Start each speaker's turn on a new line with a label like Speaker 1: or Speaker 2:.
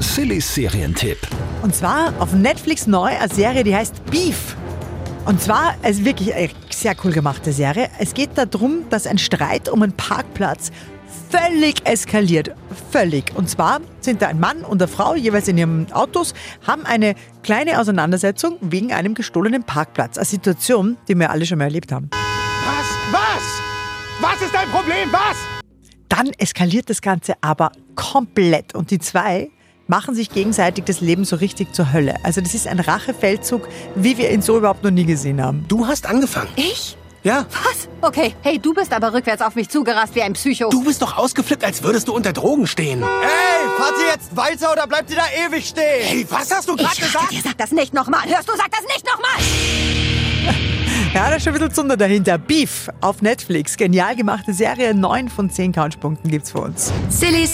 Speaker 1: Silly Serientipp.
Speaker 2: Und zwar auf Netflix neu eine Serie, die heißt Beef. Und zwar, es ist wirklich eine sehr cool gemachte Serie. Es geht darum, dass ein Streit um einen Parkplatz völlig eskaliert. Völlig. Und zwar sind da ein Mann und eine Frau jeweils in ihren Autos, haben eine kleine Auseinandersetzung wegen einem gestohlenen Parkplatz. Eine Situation, die wir alle schon mal erlebt haben.
Speaker 3: Was? Was? Was ist dein Problem? Was?
Speaker 2: Dann eskaliert das Ganze aber komplett und die zwei machen sich gegenseitig das Leben so richtig zur Hölle. Also das ist ein Rachefeldzug, wie wir ihn so überhaupt noch nie gesehen haben.
Speaker 4: Du hast angefangen.
Speaker 5: Ich?
Speaker 4: Ja.
Speaker 5: Was? Okay, hey, du bist aber rückwärts auf mich zugerast wie ein Psycho.
Speaker 4: Du bist doch ausgeflippt, als würdest du unter Drogen stehen.
Speaker 3: Ey, fahrt ihr jetzt weiter oder bleibt ihr da ewig stehen?
Speaker 4: Hey, was hast du
Speaker 5: ich
Speaker 4: gerade
Speaker 5: rate
Speaker 4: gesagt?
Speaker 5: dir, sag das nicht nochmal. Hörst du, sag das nicht nochmal.
Speaker 2: Ja, da ist schon ein bisschen Zunder dahinter. Beef auf Netflix. Genial gemachte Serie. 9 von 10 Couchpunkten gibt's für uns.
Speaker 6: Silly